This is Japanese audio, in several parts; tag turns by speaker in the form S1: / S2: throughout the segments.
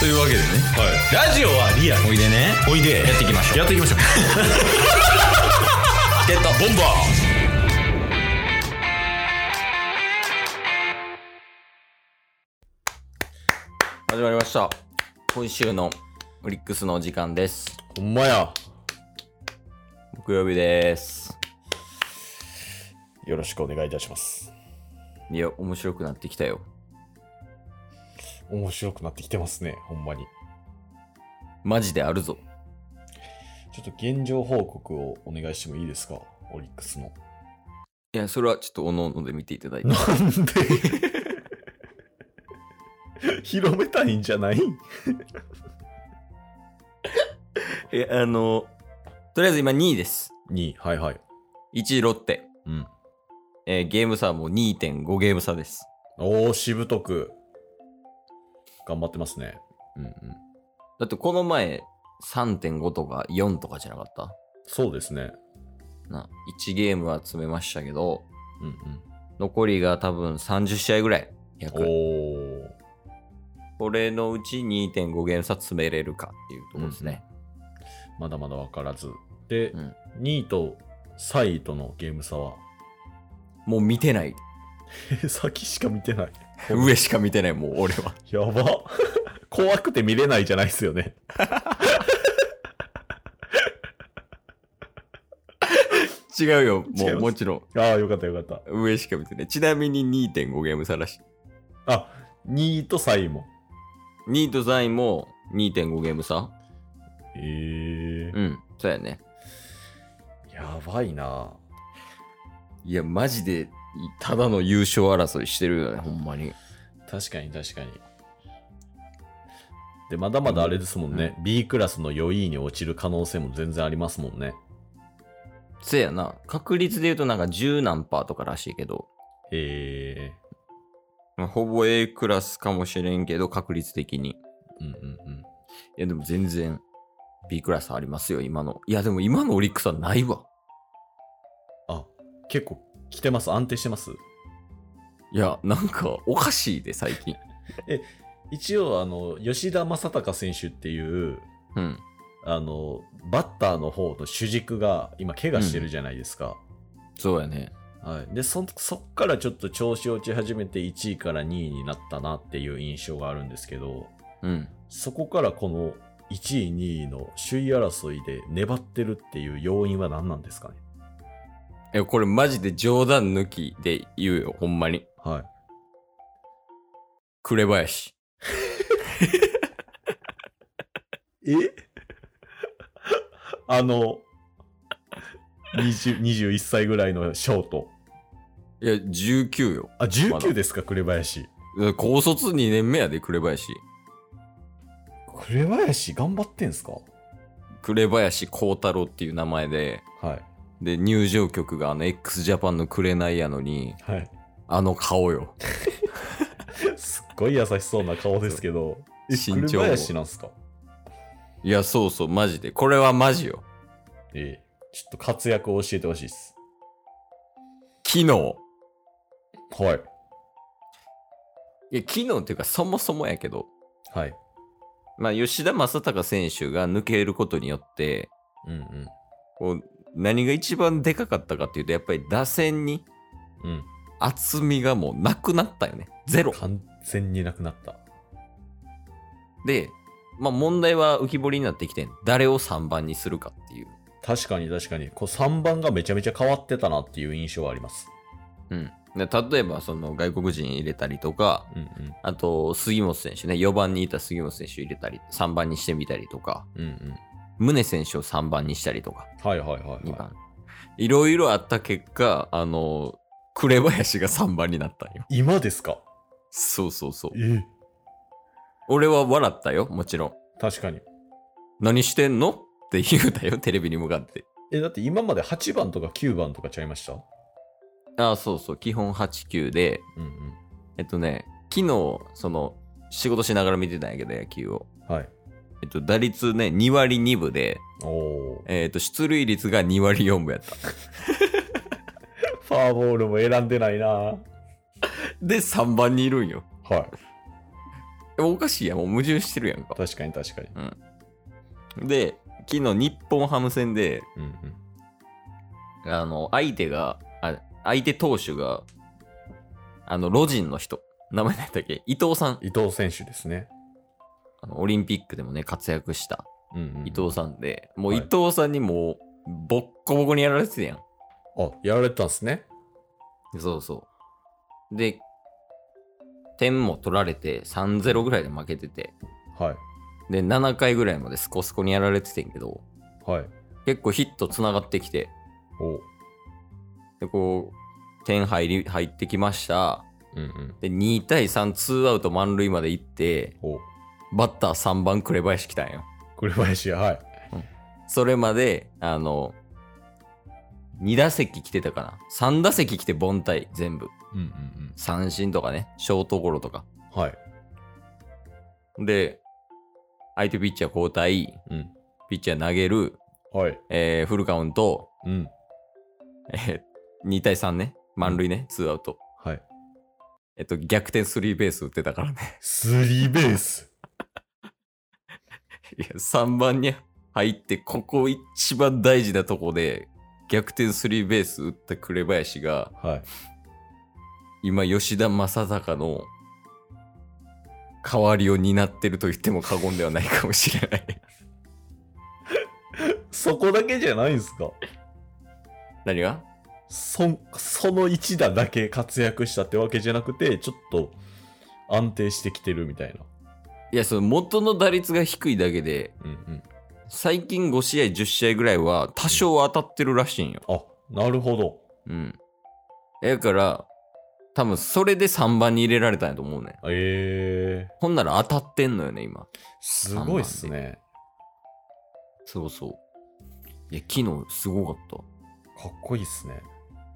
S1: というわけでね、ラジオはリアおいでね
S2: おいで
S1: やっていきましょう
S2: やっていきましょう
S1: ゲットボンバー始まりました今週のオリックスのお時間です
S2: ほんまや
S1: 木曜日です
S2: よろしくお願いいたします
S1: いや面白くなってきたよ
S2: 面白くなってきてますねほんまに
S1: マジであるぞ
S2: ちょっと現状報告をお願いしてもいいですかオリックスの
S1: いやそれはちょっとおのので見ていただ いて
S2: なんで 広めたいんじゃない
S1: えあのとりあえず今2位です
S2: にはいはい
S1: 1位ロッテ、
S2: うん
S1: えーゲーム差も2.5ゲーム差です
S2: おおしぶとく頑張ってますねうんうん
S1: だってこの前3.5とか4とかじゃなかった
S2: そうですね
S1: な1ゲームは詰めましたけど
S2: うん
S1: 残りが多分30試合ぐらい
S2: うん
S1: 約
S2: おお
S1: これのうち2.5ゲーム差詰めれるかっていうところですね、
S2: まだまだ分からずで、
S1: うん
S2: 2位と3位とのゲーム差は
S1: もう見てない
S2: 先しか見てない
S1: 上しか見てないもう俺は
S2: やば怖くて見れないじゃないですよね
S1: 違うよも
S2: 違いうます
S1: もちろん
S2: ああよかったよかった
S1: 上しか見てないちなみに2.5ゲーム差らしい
S2: あ2位と3位も
S1: 2位と3位も2.5ゲーム差
S2: ええ
S1: うんそうやね
S2: やばいない
S1: やマジでただの優勝争いしてるよねほんまに
S2: 確かに確かにでまだまだあれですもんね、B クラスの4位に落ちる可能性も全然ありますもんね
S1: せやな確率で言うとなんか10何パーとからしいけど
S2: ええ
S1: まあほぼ A クラスかもしれんけど、確率的に。い
S2: うんうんうん
S1: や、でも全然 B クラスありますよ、今の。いや、でも今のオリックスはないわ。
S2: あ結構来てます安定してます
S1: いや、なんかおかしいで、最近。
S2: 一応あの吉田正尚選手っていう
S1: うん。
S2: あのバッターの方の主軸が今怪我してるじゃないですか、
S1: そうやね。
S2: はい、でそそっからちょっと調子落ち始めて1位から2位になったなっていう印象があるんですけど
S1: うん。
S2: そこからこの1位2位の首位争いで粘ってるっていう要因は何なんですかね
S1: いや、これマジで冗談抜きで言うよ、ほんまに。
S2: はい
S1: 紅林。
S2: え あの20 21歳ぐらいのショート
S1: いや、19よ。
S2: あ
S1: まだ
S2: 19ですか紅林
S1: 高卒2年目やで、紅林。
S2: 紅林頑張ってんすか
S1: 紅林幸太郎っていう名前で、
S2: はい
S1: で、入場曲があの x ジャパンの紅やのに、
S2: はい
S1: あの顔よ。
S2: すっごい優しそうな顔ですけど、え
S1: 身長も
S2: 紅林なんすか
S1: いや、そうそう、マジで。これはマジよ。
S2: ええちょっと活躍を教えてほしいです。
S1: 昨日。
S2: はい。
S1: いや、昨日っていうか、そもそもやけど、
S2: はい。
S1: まあ、吉田正尚選手が抜けることによって、
S2: うんうん。
S1: こう何が一番でかかったかっていうと、やっぱり打線に
S2: うん。
S1: 厚みがもうなくなったよね。ゼロ。
S2: 完全になくなった。
S1: で、まあ、問題は浮き彫りになってきてん、誰を3番にするかっていう。
S2: 確かに確かに、こう3番がめちゃめちゃ変わってたなっていう印象はあります。
S1: うん。で例えば、その外国人入れたりとか、
S2: うんうん。
S1: あと、杉本選手ね、4番にいた杉本選手入れたり、3番にしてみたりとか、
S2: うんうん。
S1: 宗選手を3番にしたりとか。
S2: はいはいはい、
S1: 2
S2: は
S1: 番。いろいろあった結果、あの、紅林が3番になったんよ。
S2: い。今ですか
S1: そうそうそう。
S2: え
S1: 俺は笑ったよ、もちろん。
S2: 確かに。
S1: 何してんのって言うたよ、テレビに向かって。
S2: え、だって今まで8番とか9番とかちゃいました
S1: ああ、そうそう、基本8、9で、
S2: うんうん。
S1: えっとね、昨日、その、仕事しながら見てたんやけど、野球を。
S2: はい。
S1: えっと、打率ね、2割2分で、
S2: おお。
S1: えっと、出塁率が2割4分やった。
S2: ファーボールも選んでないなは
S1: で、3番にいるんよ。
S2: い。
S1: えおかしいやんもう矛盾してるやんか
S2: 確かに確かに。
S1: で昨日日本ハム戦で
S2: うんうん。
S1: あの相手があ相手投手があのロジンの人名前何だっけ伊藤さん
S2: 伊藤選手ですね。
S1: あのオリンピックでもね活躍した
S2: うん、うん。
S1: 伊藤さんで、もう
S2: は
S1: 伊
S2: い
S1: 藤さんにもうボッコボコにやられてたやん、
S2: あ、やられたんですね。
S1: そうそうで点も取られて3-0ぐらいで負けてて
S2: はい。
S1: で7回ぐらいまでスコスコにやられててんけど
S2: はい。
S1: 結構ヒットつながってきて
S2: お
S1: でこう点入り入ってきました
S2: うんうん。
S1: で2対32アウト満塁まで行って
S2: お
S1: バッター3番紅林来たんよ
S2: 紅林、はい。
S1: それまであの2打席来てたかな3打席来て凡退全部
S2: うんうん
S1: 三振とかねショートゴロとか
S2: うん。はい。
S1: で相手ピッチャー交代
S2: うん。
S1: ピッチャー投げる、
S2: はい。
S1: えーフルカウント、
S2: うん。
S1: えー2対3ね満塁ね2アウト
S2: はい。
S1: えっと逆転スリーベース打ってたからね
S2: スリーベース。
S1: いや3番に入ってここ一番大事なとこで逆転スリーベース打った紅林が
S2: はい。
S1: 今吉田正尚の代わりを担ってると言っても過言ではないかもしれない
S2: そこだけじゃないんすか
S1: 何が
S2: そ、その一打だけ活躍したってわけじゃなくて、ちょっと安定してきてるみたいな。
S1: いやその元の打率が低いだけで
S2: うんうん。
S1: 最近5試合10試合ぐらいは多少当たってるらしいんよ。
S2: あ、なるほど。
S1: うん。だから多分それで3番に入れられたんやと思うね。
S2: ええ
S1: ほんなら当たってんのよね今。
S2: すごいっすね。
S1: そうそう。いや昨日すごかった。
S2: かっこいいっすね。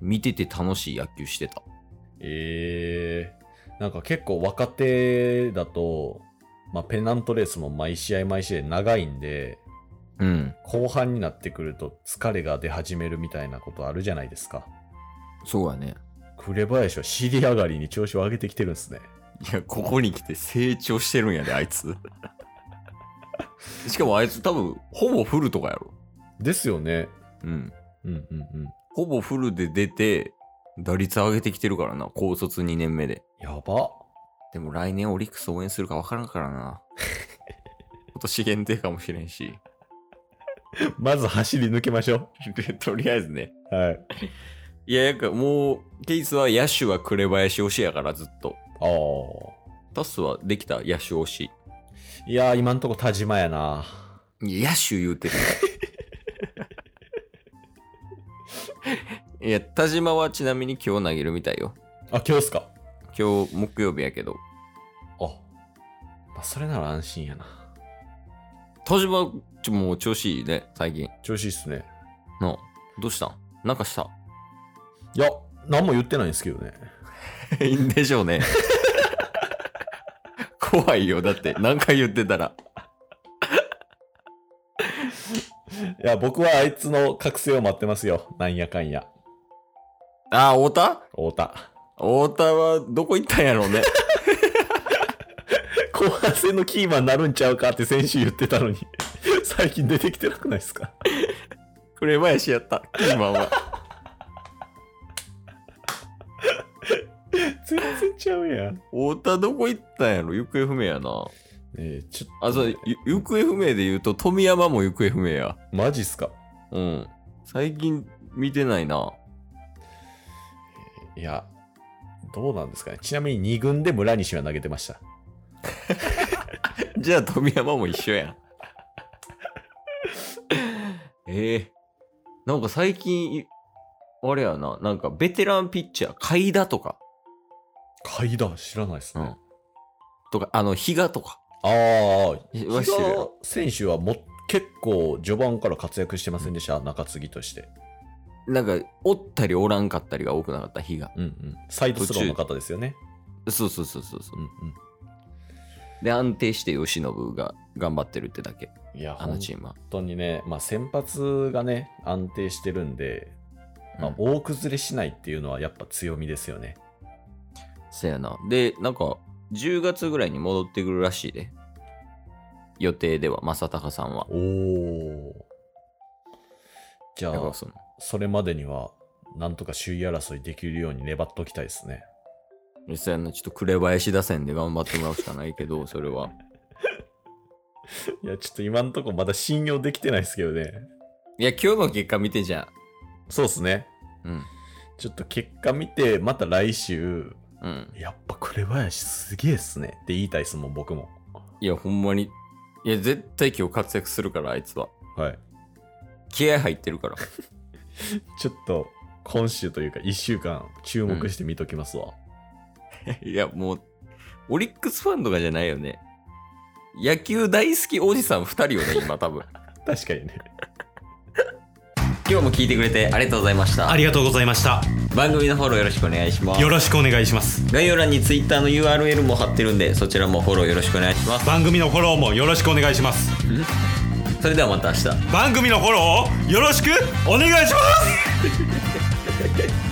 S1: 見てて楽しい野球してた。
S2: ええなんか結構若手だと、まあ、ペナントレースも毎試合毎試合長いんで、
S1: うん。
S2: 後半になってくると疲れが出始めるみたいなことあるじゃないですか。
S1: そうやね。
S2: 紅林は尻上がりに調子を上げてきてるんですね。
S1: いやここに来て成長してるんやであいつ。 しかもあいつ多分ほぼフルとかやろ。
S2: ですよね。
S1: うん。
S2: うんうんうん。
S1: ほぼフルで出て打率上げてきてるからな高卒2年目で。
S2: やば。
S1: でも来年オリックス応援するか分からん からな。今年限定かもしれんし。
S2: まず走り抜けましょ
S1: でとりあえずね。
S2: う。はい。
S1: いや、なんかもう、ケイスは野手は紅林推しやからずっと。
S2: ああ。
S1: タスはできた野手推し。
S2: いやー、今んとこ田島やな。
S1: いや野手言うてる。 いや、田島はちなみに今日投げるみたいよ。
S2: あ、今日っすか。
S1: 今日木曜日やけど。
S2: あ。まあ、それなら安心やな。
S1: 田島、ちょもう調子いいね、最近。
S2: 調子いいっすね。
S1: なあどうしたんなんかした
S2: いや、何も言ってないんですけどね。
S1: いいんでしょうね。 怖いよ。だって何回言ってたら。
S2: いや、僕はあいつの覚醒を待ってますよ。なんやかんや。
S1: ああ、太田
S2: 太田。
S1: 太田はどこ行ったんやろう ね。
S2: 後半戦のキーマンになるんちゃうかって先週言ってたの に、最近出てきてなくないですか
S1: 紅林やった。今は。
S2: 全然ちゃうやん。
S1: 太田どこ行ったんやろ行方不明やな。
S2: えー、ちょっと。
S1: あ、そう、ゆ行方不明で言うと富山も行方不明や。
S2: マジっすか
S1: うん。最近見てないな。
S2: いや、どうなんですかね。ちなみに2軍で村西は投げてました。
S1: じゃあ富山も一緒やん。 ええなんか最近い、あれやな、なんかベテランピッチャー、海田とか。
S2: 階段知らないっす
S1: うん。とか、あの、比嘉とか。
S2: あーあー、
S1: はしてるやろ
S2: 選手はもう結構序盤から活躍してませんでした、中継ぎとして。
S1: なんか、おったりおらんかったりが多くなかった、比嘉。
S2: うんうん。サイドスローの方ですよね。
S1: そうそうそうそうそうう。
S2: んうん。
S1: で、安定して吉信が頑張ってるってだけ、
S2: いや、
S1: あのチームは。
S2: 本当にね、まあ、先発がね、安定してるんで、まあ、
S1: うん
S2: 大崩れしないっていうのはやっぱ強みですよね。
S1: そやな。で、なんか、 10月ぐらいに戻ってくるらしいで。予定では、正隆さんは。
S2: おお。じゃ
S1: だから
S2: あ、
S1: その
S2: それまでには、なんとか首位争いできるように粘っときたいですね。
S1: 実際のちょっと紅林打線で頑張ってもらうしかないけど、 それは。
S2: いや、ちょっと今んとこまだ信用できてないですけどね。
S1: いや、今日の結果見てじゃ
S2: そうっすね。
S1: あ。うん。
S2: ちょっと結果見て、また来週、
S1: うん。
S2: やっぱ紅林すげえっすねって言いたいっすもん、僕も。
S1: いや、ほんまに。いや、絶対今日活躍するから、あいつは。
S2: はい。
S1: 気合入ってるから。
S2: ちょっと、今週というか、1週間、注目して見ときますわ。
S1: いや、もう、オリックスファンとかじゃないよね。野球大好きおじさん2人よね、今多分。
S2: 確かにね。
S1: 今日も聞いてくれてありがとうございました
S3: あ。りがとうございました
S1: 番組のフォローよろしくお願いします
S3: よ。ろしくお願いします
S1: 概要欄に Twitter の URL も貼ってるんで、そちらもフォローよろしくお願いします。
S3: 番組のフォローもよろしくお願いします
S1: それではまた明日。
S3: 番組のフォローをよろしくお願いします